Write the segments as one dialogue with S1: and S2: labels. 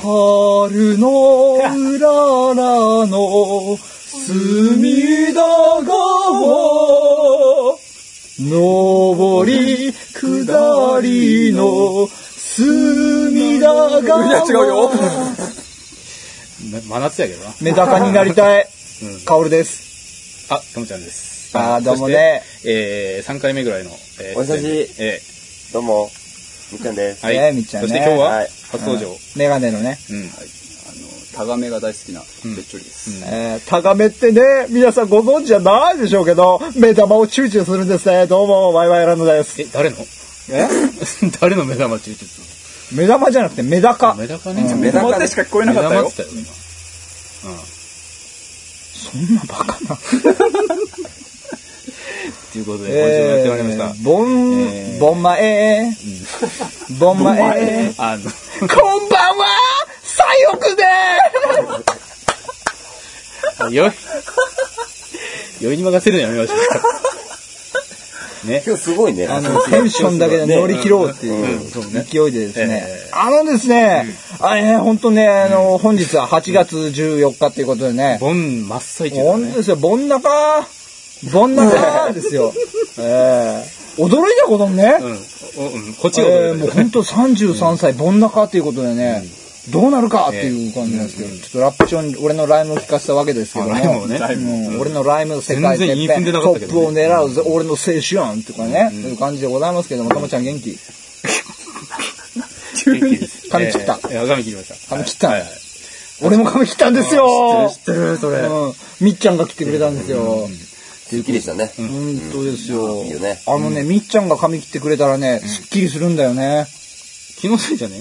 S1: 春のうららの隅田川上り下りの隅田川
S2: いや違うよ 真夏やけどな
S1: メダカになりたい。カオルです。
S2: あともちゃんです
S1: あーどうもね
S2: そしてえー、3回目ぐらいの、えー、
S3: お久しぶり
S2: 出演え
S3: どうも、みっちゃんです。
S2: ーはい、
S1: ねえみっちゃんね
S2: そして今日は、
S3: はい
S2: 初登場、
S1: メガネのね。
S2: うん
S4: タガメが大好きなべっちょりです、
S1: えー、タガメってね、皆さんご存知じゃないでしょうけど、目玉をチューチューするんですね。どうも、ワイワイランドです。
S2: え誰の
S1: え
S2: 誰の目玉中ち
S1: 目玉じゃなくてメダカ。
S2: メダカね、
S1: うん
S2: 目
S4: 目
S2: 玉
S4: 玉ってしか聞こえな
S2: 目
S4: かった
S2: 玉
S4: よ
S2: って言ったよ
S1: そんなバカな。
S2: 今ということで今週もやってまいりました、
S1: ボン、
S2: えー
S1: ボンマエー。ボンマエー。
S2: あの
S1: こんばんは左翼で
S2: よい。酔いに任せるのやめましょう。ね。
S3: 今日すごいね。
S1: あの、テンションだけで乗り切ろうっていう勢いでですね。あのですね、あれね、ほんとね、あの、本日は8月14日っていうことでね、
S2: ボン真っ最中だ
S1: 本当
S2: ね。
S1: ですよ、ボンナカボンナカです よ。ええ驚いたこともね、
S2: うん。おうん、こっちが
S1: ええ
S2: 驚い
S1: もう
S2: たけ
S1: 本
S2: どね。
S1: 当33歳、ボンナカっていうことでね、どうなるかっていう感じなんですけど、ちょっとラップ調に俺のライムを聞かせたわけですけども、
S2: あライムをね
S1: うん俺のライムの世界
S2: 全然言い組んでなか
S1: ト
S2: ったけ
S1: ッ
S2: ど
S1: プ
S2: ね
S1: を狙うぜ、俺の青春とかね、そういう感じでございますけども、ともちゃん元気
S2: 急に。
S1: 髪切った
S2: えーいや髪切りました。
S1: 髪切った
S2: はいはいはい
S1: 俺も髪切ったんですよ
S2: 知ってる、それ。
S1: うん、みっちゃんが来てくれたんですよ。
S3: すっきりしたね。
S1: 本当ですよ。
S3: いいよね
S1: あのね、みっちゃんが髪切ってくれたらね、すっきりするんだよね。
S2: 気のせいじゃね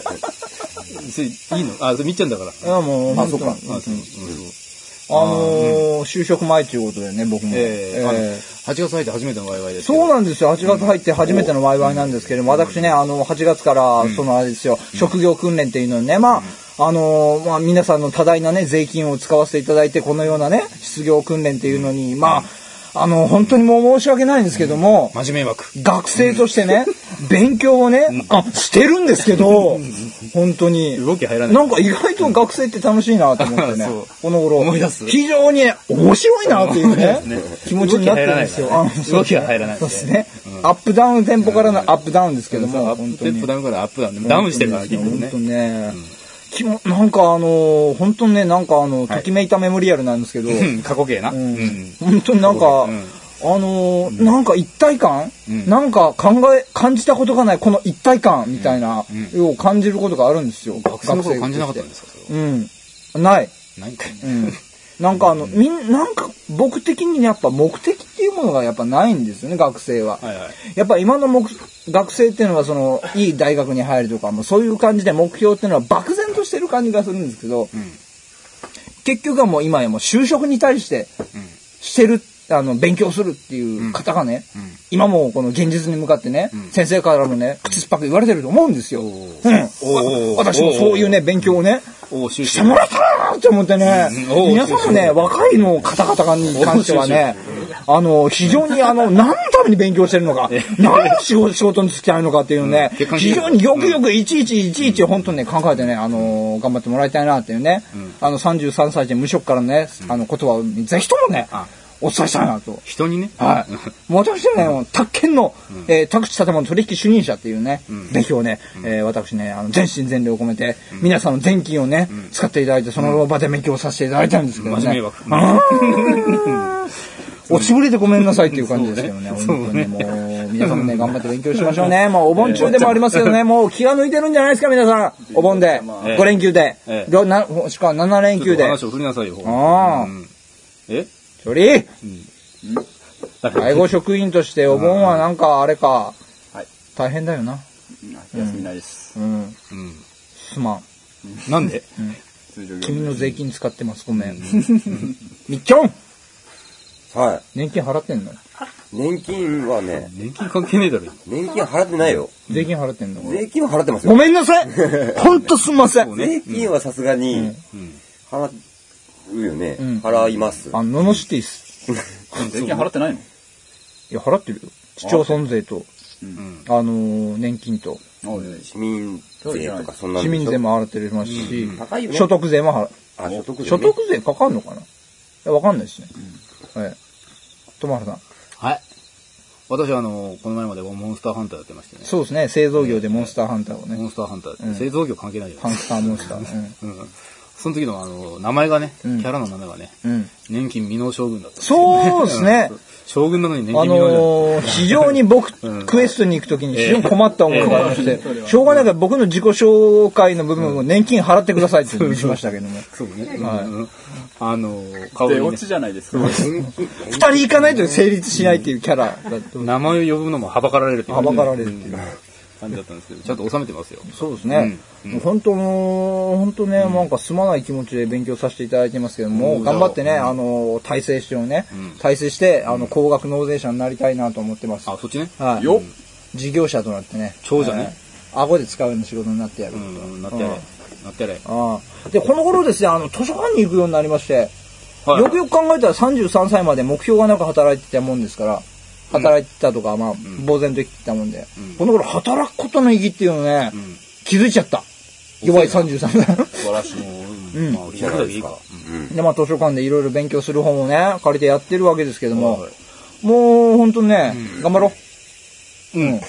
S2: それいいのあ、それみっちゃんだから。
S1: あ、もう、
S3: あそうか
S1: 本当に
S2: あそうそう
S1: あのー、就職前ということでね、僕も。
S2: え
S1: え
S2: ーあの
S1: え
S2: 8月入って初めてのワイワイですけど。
S1: そうなんですよ。8月入って初めてのワイワイなんですけれども、私ね、あの、8月から、そのあれですよ、職業訓練っていうのにね、まあ、あのー、まあ、皆さんの多大なね、税金を使わせていただいて、このようなね、失業訓練っていうのに、まあ、あの、本当にもう申し訳ないんですけども、
S2: 真面目枠。
S1: 学生として ね、勉強をね、あ、してるんですけど、本当に。
S2: 動き入らない
S1: なんか意外と学生って楽しいなと思ってね
S2: そう、
S1: この頃。
S2: 思い出す
S1: 非常にね面白いなっていうね
S2: 思い出すね、
S1: 気持ちになってるんですよ。あそう
S2: 動きが入らない
S1: そ
S2: か
S1: う
S2: らね動きが入らないんで
S1: ですね。アップダウンテンポからのアップダウンですけど
S2: そう
S1: も、
S2: アッ
S1: 本
S2: プ
S1: 当
S2: テン
S1: に
S2: ポ。ダウンからアップダウンで。ダウンしてるから、結局
S1: 本
S2: ね
S1: 当。ね。きもなんかあのー、本当にね、なんかあの、ときめいたメモリアルなんです けど、
S2: うん、過去形な。う
S1: うん
S2: ん。
S1: 本当になんか、
S2: うん
S1: あのーなんか一体感、
S2: ん
S1: なんか考え、感じたことがないこの一体感みたいな、を感じることがあるんですよ。
S2: 学生の頃感じなかったん
S1: 学
S2: ですかそれは
S1: 生としてうん。ない。
S2: ないんかい。
S1: うん。なんかあの、みん、なんか僕的にやっぱ目的っていうものがやっぱないんですよね、学生は。
S2: はいはい。
S1: やっぱ今の目学生っていうのはそのいい大学に入るとかもうそういう感じで目標っていうのは漠然としてる感じがするんですけど、結局はもう今やもう就職に対してしてるあの勉強するっていう方がね、今もうこの現実に向かってね、先生からもね口酸っぱく言われてると思うんですよ。うん
S2: おー
S1: 私もそういうね勉強をね、
S2: おー、終
S1: して
S2: 始。
S1: もらったなって思ってね、
S2: うんおう
S1: 皆さんもね、若いの方々に関してはね、あの、非常にあの、何のために勉強してる のか、何の仕事仕事に就きたいのかっていうのね
S2: うん結果、に
S1: 非常によくよくいちいちいちいち本当にね、考えてね、あの、頑張ってもらいたいなっていうね、あの、33歳で無職からのね、あの、言葉をぜひともね
S2: あ、
S1: お伝えしたいなと。
S2: 人にね。
S1: はい。もう私はね、もう宅建の、えー、宅地建物取引主任者っていうね、是非をね、えー私ね、あの、全身全霊を込めて、皆さんの全金をね、使っていただいて、その場で勉強させていただいたんですけどね。
S2: 真面目枠
S1: あー落ちぶれてごめんなさいっていう感じですけどね、
S2: そうね
S1: 本当にもう、皆さんもね、頑張って勉強しましょうね。もうお盆中でもありますけど ね、もう気が抜いてるんじゃないですか、皆さん。お盆で、
S2: ええ
S1: 5連休で
S2: ええ、
S1: ろなもしくは7連
S2: ち
S1: 休
S2: ょっ
S1: で。
S2: と話を振りなさいよ。
S1: あー
S2: うんえ
S1: 処理
S2: 誰
S1: 介護職員としてお盆はなんかあれか、
S4: はい
S1: 大変だよな。
S4: うん休みないです、
S1: うん。
S2: うん。
S1: すまん。
S2: なんで
S4: 通常業務
S1: 君の税金使ってます。ごめん。 みっちょん
S3: は
S1: 年金払ってんの
S3: い。年金はね、
S2: 年金関係ねえだろ。
S3: 年金払ってないよ。
S1: 税金払ってんの
S3: 税金は払ってます
S1: ご
S3: よ。
S1: めんな さいほんとすんません。
S3: 税金はさすがに、払うよね。
S1: ん
S3: 払います。
S1: あ、ののしティス。
S4: 税金払ってないの
S1: いや、払ってるよ。市町村税と、あのー、年金と。
S4: あいやいや
S3: 市民税とかそんな
S1: 市
S3: んでしょ
S1: 民税も払ってますし、
S3: 高いよね。
S1: 所。得税も払う。
S3: あ、所得税ね。
S1: 所得税かかんのかないやわかんないですね。はい。友原さん。
S2: はい。私はあの、この前までモンスターハンターやってましてね。
S1: そうですね。製造業でモンスターハンターを
S2: モ
S1: ね。
S2: ンスターハンターって製造業関係ないじゃ
S1: ハン
S2: ないです
S1: スターモンスター。
S2: か。うん。その時のあの、名前がね、キ
S1: うん
S2: ャラの名前がね、
S1: うん。うん。
S2: 年金未納将軍だっ た。
S1: そうですね。
S2: 将軍なのに年金
S1: あ
S2: 未納じゃん。
S1: のー、非常に僕、
S2: うん
S1: クエストに行くときに非常に困った思いがありまして、しょうがないから僕の自己紹介の部分を年金払ってくださいって言いましたけども。
S2: そうね。
S1: はい
S2: うんあのー、顔
S4: で
S2: にね
S4: 落ちじゃないですか。
S1: 二人行かないと成立しないっていうキャラだと。
S2: 名前を呼ぶのもはばかられるっていう
S1: はばかられるっていう。
S2: 感じだったんですけど、ちゃんと収めてますよ。
S1: そうですね。もう本当もう、本当ね、なんかすまない気持ちで勉強させていただいてますけども、頑張ってね、あの、体制してをね、体制して、あの、高額納税者になりたいなと思ってます。
S2: あ、そっちね。
S1: はい。
S4: よっ
S1: 事業者となってね。
S2: 長者ね
S1: はい。顎で使うような仕事になってやる
S2: う
S1: と。
S2: ん、なってやれ
S1: うん。
S2: なってやれ。
S1: ああで、この頃ですね、あの、図書館に行くようになりまして、
S2: はい
S1: よくよく考えたら33歳まで目標がなく働いてたもんですから、働いてたとか、まあ、呆然と生きてたもんで、この頃働くことの意義っていうのね、
S2: ん
S1: 気づいちゃった。弱い33歳。
S4: 素 晴らしい。
S2: うん。まあ、気づくだけいいか。
S1: で、まあ、図書館でいろいろ勉強する本をね、借りてやってるわけですけども、
S2: はい
S1: もう、ほんとね、頑張ろう。
S2: うん。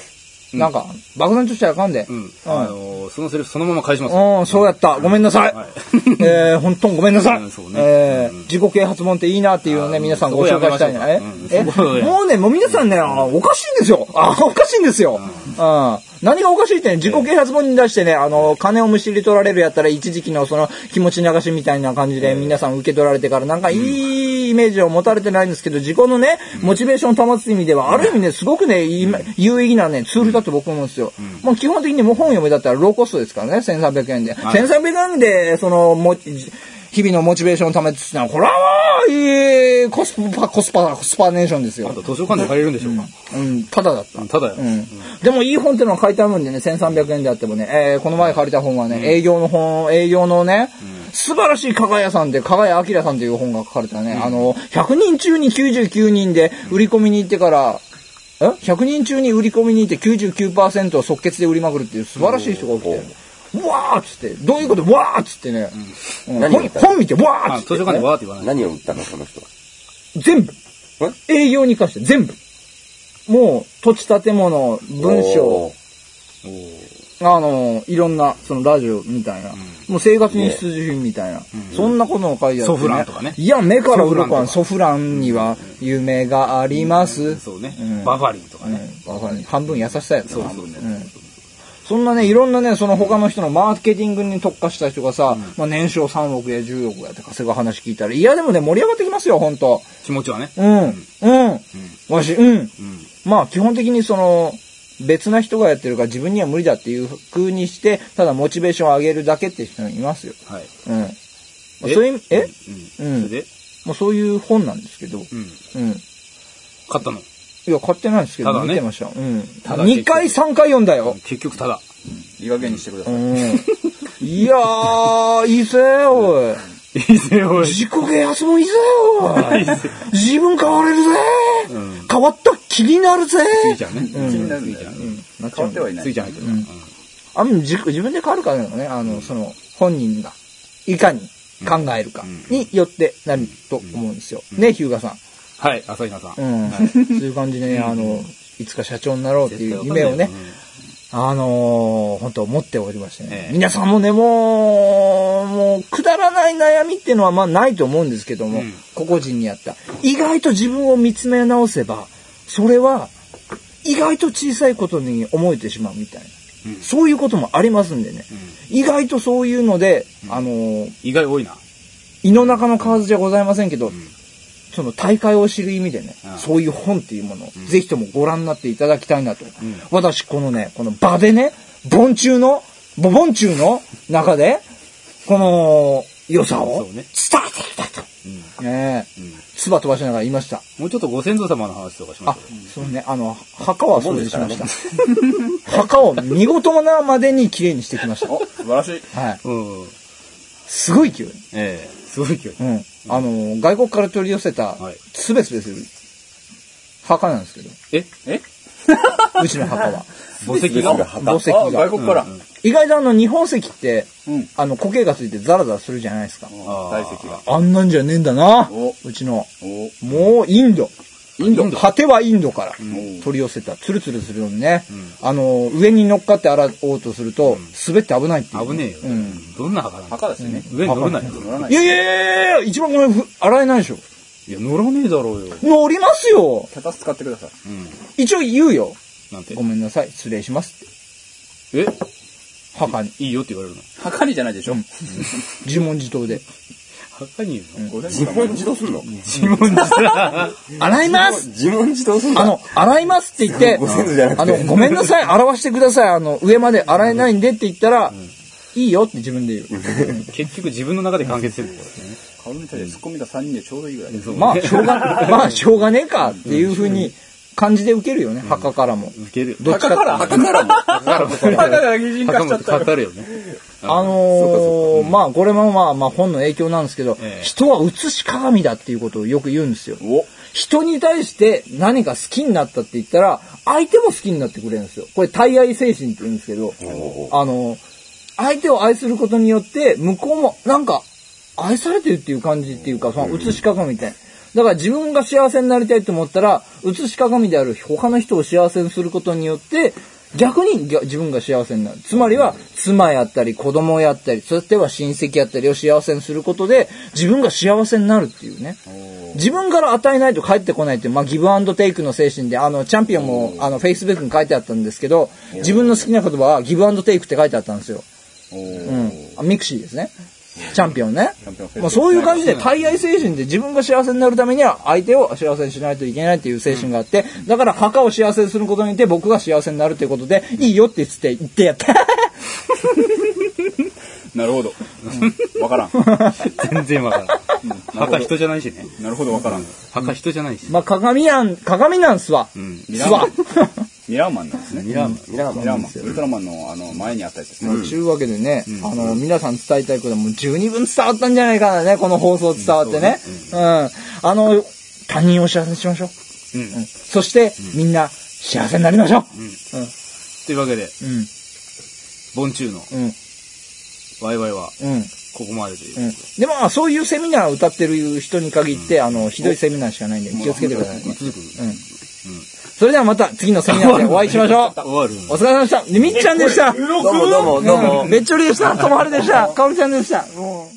S1: なんか、漠然としちゃあかんで。
S2: うん。うんあのー、そのセリフそのまま返します。
S1: うん、そうやった。ごめんなさい。
S2: はい
S1: えー、本当ごめんなさい。
S2: うんそうね
S1: えー
S2: うん
S1: 自己啓発本っていいなっていうのをね、
S2: あー
S1: 皆さんご紹介したいな。え
S2: そこやめましょうか
S1: え
S2: うんそこや
S1: もうね、もう皆さんね、あーおかしいんですよ。あーおかしいんですよ。うん何がおかしいってね、自己啓発本に出してね、あの、金をむしり取られるやったら一時期のその気持ち流しみたいな感じで皆さん受け取られてからなんかいいイメージを持たれてないんですけど、自己のね、モチベーションを保つ意味では、ある意味ね、すごくね、今有意義なね、ツールだと僕思うんですよ。もう基本的にもう本読めだったらローコストですからね、1300円で。1300円で、その、も、日々のモチベーションをためつつな、これはまあ、いい、コスパ、コスパ、コスパネーションです
S2: あ
S1: よ
S2: と。図書館で借りれるんでしょうか。
S1: うん、ただだった。
S2: ただよ。
S1: うん。でもいい本ってのは書いてあるんでね、1300円であってもね、えーこの前借りた本はね、営業の本、営業のね、素晴らしい加賀屋さんで、加賀屋明さんという本が書かれたね、あの、100人中に99人で売り込みに行ってから、え ?100 人中に売り込みに行って99%を即決で売りまくるっていう素晴らしい人が起きて、うわーっつって、どういうことわーっつってね、うん
S3: 何が
S1: 本本見てわー
S2: あ、
S1: っつ
S2: 図
S1: って、
S2: 書館でわーって言わない。
S3: 何を売ったの、その人は。
S1: 全部営業に関して全部もう土地建物文章
S3: おー。
S2: おー
S1: あの、いろんな、そのラジオみたいな、もう生活に必需品みたいな、そんなことの書いてあって、
S2: ソフランとかね
S1: いや、目から鱗は
S2: ソ
S1: ソフランには夢があります。
S2: そうね
S1: うん。
S2: バファリンとか
S1: う
S2: ね。
S1: んわかる半分優しさやったな
S2: そう
S1: ん
S2: ね
S1: そんなね、いろんなね、その他の人のマーケティングに特化した人がさ、まあ年商3億や10億やって稼ぐ話聞いたら、いやでもね、盛り上がってきますよ、ほんと。
S2: 気持ちはね。
S1: うん、うん、わし、うん。まあ、基本的にその、別な人がやってるから自分には無理だっていう風にして、ただモチベーションを上げるだけって人もいますよ。
S2: はい。
S1: うん。まあそういう意味、え
S2: うん
S1: うん
S2: それで
S1: まあそういう本なんですけど、
S2: うん。
S1: うん。
S2: 買ったの。
S1: いや、買ってないんですけど、
S2: ただね
S1: 見てました。うん。
S2: ただ
S1: 2回、3回読んだよ。
S2: 結局ただ。
S4: いい加減にしてくだ
S1: う
S4: さい。
S1: ん。いやー、いいぜ、おい。
S2: いいぜ、おい。
S1: 自己啓発もいいぜ、おい。自分変われるぜ。
S2: うん。
S1: 変わった気になるぜ。
S2: ついちゃんね。
S1: ん
S2: 気になるね。
S1: なっち
S4: 変わ
S1: ゃうん
S4: って
S1: だよ
S4: はいない。
S2: ついちゃん入ってるな。
S1: う
S2: うんん
S1: あの自自分で変わるからなのね、あの、その、本人が、いかに考えるかによってなると思うんですよ。ね、ヒューガさん。
S2: はい、朝比奈さ。
S1: うんん。 そういう感じでね、あの、いつか社長になろうっていう夢をね、あのー、本当思っておりましてね
S2: え。え
S1: 皆さんもね、もう、もう、くだらない悩みっていうのはまあないと思うんですけども、
S2: うん
S1: 個々人にあった。意外と自分を見つめ直せば、それは、意外と小さいことに思えてしまうみたいな。
S2: うん
S1: そういうこともありますんでね。意外とそういうので、あのー、
S2: 意外多いな。
S1: 胃の中の蛙じゃございませんけど、その大会を知る意味でね、
S2: ああ
S1: そういう本っていうものを、ぜひともご覧になっていただきたいなと。
S2: ん
S1: 私、このね、この場でね、盆中の、ボボン中の中で、この良さを
S2: そう
S1: 伝え
S2: ね
S1: ていたと。ねえ、唾飛ばしながら言いました。
S2: もうちょっとご先祖様の話とかしま
S1: あ
S2: す、
S1: そうね、あの、墓は掃除しました。墓を見事なまでに綺麗にしてきました。
S4: 素晴らしい。
S1: はい。
S2: うん。
S1: すごい勢い。
S2: ええ。すごい勢い。
S1: うん。あの、外国から取り寄せた
S2: はい、
S1: つべつべする、墓なんですけど、
S2: え
S4: え
S1: うちの墓は。
S2: 墓石
S3: ですが
S2: が。
S3: 墓
S1: 墓石
S4: あ、
S1: が
S4: 外。国から。
S1: 意外とあの、日本石って、
S4: うん
S1: あの、苔がついてザラザラするじゃないですか。
S4: 大石が。
S1: あんなんじゃねえんだな
S4: お。
S1: うちの。
S4: お
S1: もう、インド。
S4: インド
S1: 果てはインドから
S4: ん
S1: 取り寄せた。ツルツルするのにね。あの、上に乗っかって洗おうとすると、滑って危ないっていう。
S2: 危ねえよ
S1: う。ん。
S2: どんな墓なの
S4: 墓だしね。
S2: 上に乗るなよ。
S4: 乗らない
S1: いやいやいやいや一番この辺ふ洗えないでしょ。
S2: いや、乗らねえだろうよ。
S1: 乗りますよ
S4: 脚立使ってください。
S2: うん。
S1: 一応言うよ。
S2: なんて
S1: ご。めんなさい、失礼しますって。
S2: え
S1: 墓に。
S2: いいよって言われるの。
S4: 墓にじゃないでしょ。
S1: 自問自答で。
S2: 墓に言うの
S4: ご存知
S3: 自問自答すんの
S2: 自問自答。
S1: 洗います
S3: 自問自答すんの
S1: あの、洗いますって言って、
S3: ご先祖じゃなくて
S1: あの、ごめんなさい、洗わしてください、あの、上まで洗えないんでって言ったら、いいよって自分で言
S2: 結局自分の中で完結してる。
S4: カオルみたいでツッコミが3人でちょうどいいぐらいです。
S1: う。ま あ、しょうが、 まあ、しょうがねえかっていうふうに感じで受けるよね、墓からも。
S2: 受ける。
S1: どっちかっていうと
S2: かかる。
S4: 墓が擬人化しちゃった
S2: かかるよね。
S1: あのー、まあ、これもまあ、まあ、本の影響なんですけど
S2: え、え
S1: 人は映し鏡だっていうことをよく言うんですよ。
S4: お
S1: 人に対して何か好きになったって言ったら、相手も好きになってくれるんですよ。これ、対愛精神って言うんですけど、あの、相手を愛することによって、向こうも、なんか、愛されてるっていう感じっていうか、その、映し鏡みたいな。だから自分が幸せになりたいと思ったら、映し鏡である他の人を幸せにすることによって、逆にぎゃ自分が幸せになる。つまりは、妻やったり、子供やったり、そしては親戚やったりを幸せにすることで、自分が幸せになるっていうね。自分から与えないと帰ってこないっていう、まあ、ギブアンドテイクの精神で、あの、チャンピオンも、あの、フェイスブックに書いてあったんですけど、自分の好きな言葉はギブアンドテイクって書いてあったんですよ。うん。あミクシーですね。チャンピオンね
S4: ャンピオン。フェイスブック
S1: まあ、そういう感じで、対愛精神で自分が幸せになるためには、相手を幸せにしないといけないっていう精神があって、だから、墓を幸せにすることによって、僕が幸せになるということで、いいよって言って、言ってやった。
S4: なるほど。わからん。
S2: 全然わからん。墓人じゃないしね。
S4: なるほどわからん。
S2: 墓人じゃないし。
S1: まあ、鏡やん、鏡なんすわ。
S2: うん。
S4: ミラ
S1: す
S4: ーマ
S1: わ
S4: ン。。ミラーマンなんですね。ミラーマン。
S3: ミラーマン
S4: ミラーマン。ウルトラマンのあの前にあったやつです
S1: まあ
S4: ね。
S1: ちゅうわけでね、あの、皆さん伝えたいことはもう十二分伝わったんじゃないかなね、この放送伝わってね。うん。あの、他人を幸せにしましょう。うん。そして、みんな幸せになりましょう。
S2: というわけで、
S1: うん。
S2: ボンチューの
S1: うん。
S2: ワイワイは
S1: うん。
S2: ここまでという。
S1: うん。でも、まあそういうセミナーを歌ってる人に限って、あの、ひどいセミナーしかないんで、気をつけてくださいね。
S2: 続く。
S1: それではまた次のセミナーでお会いしましょう。
S2: 終わる。
S1: お疲れ様でした。みっちゃんでした。どう
S3: どうもどうもどうも
S1: べっちょりでした。ともはるでした。かおりちゃんでした。もう。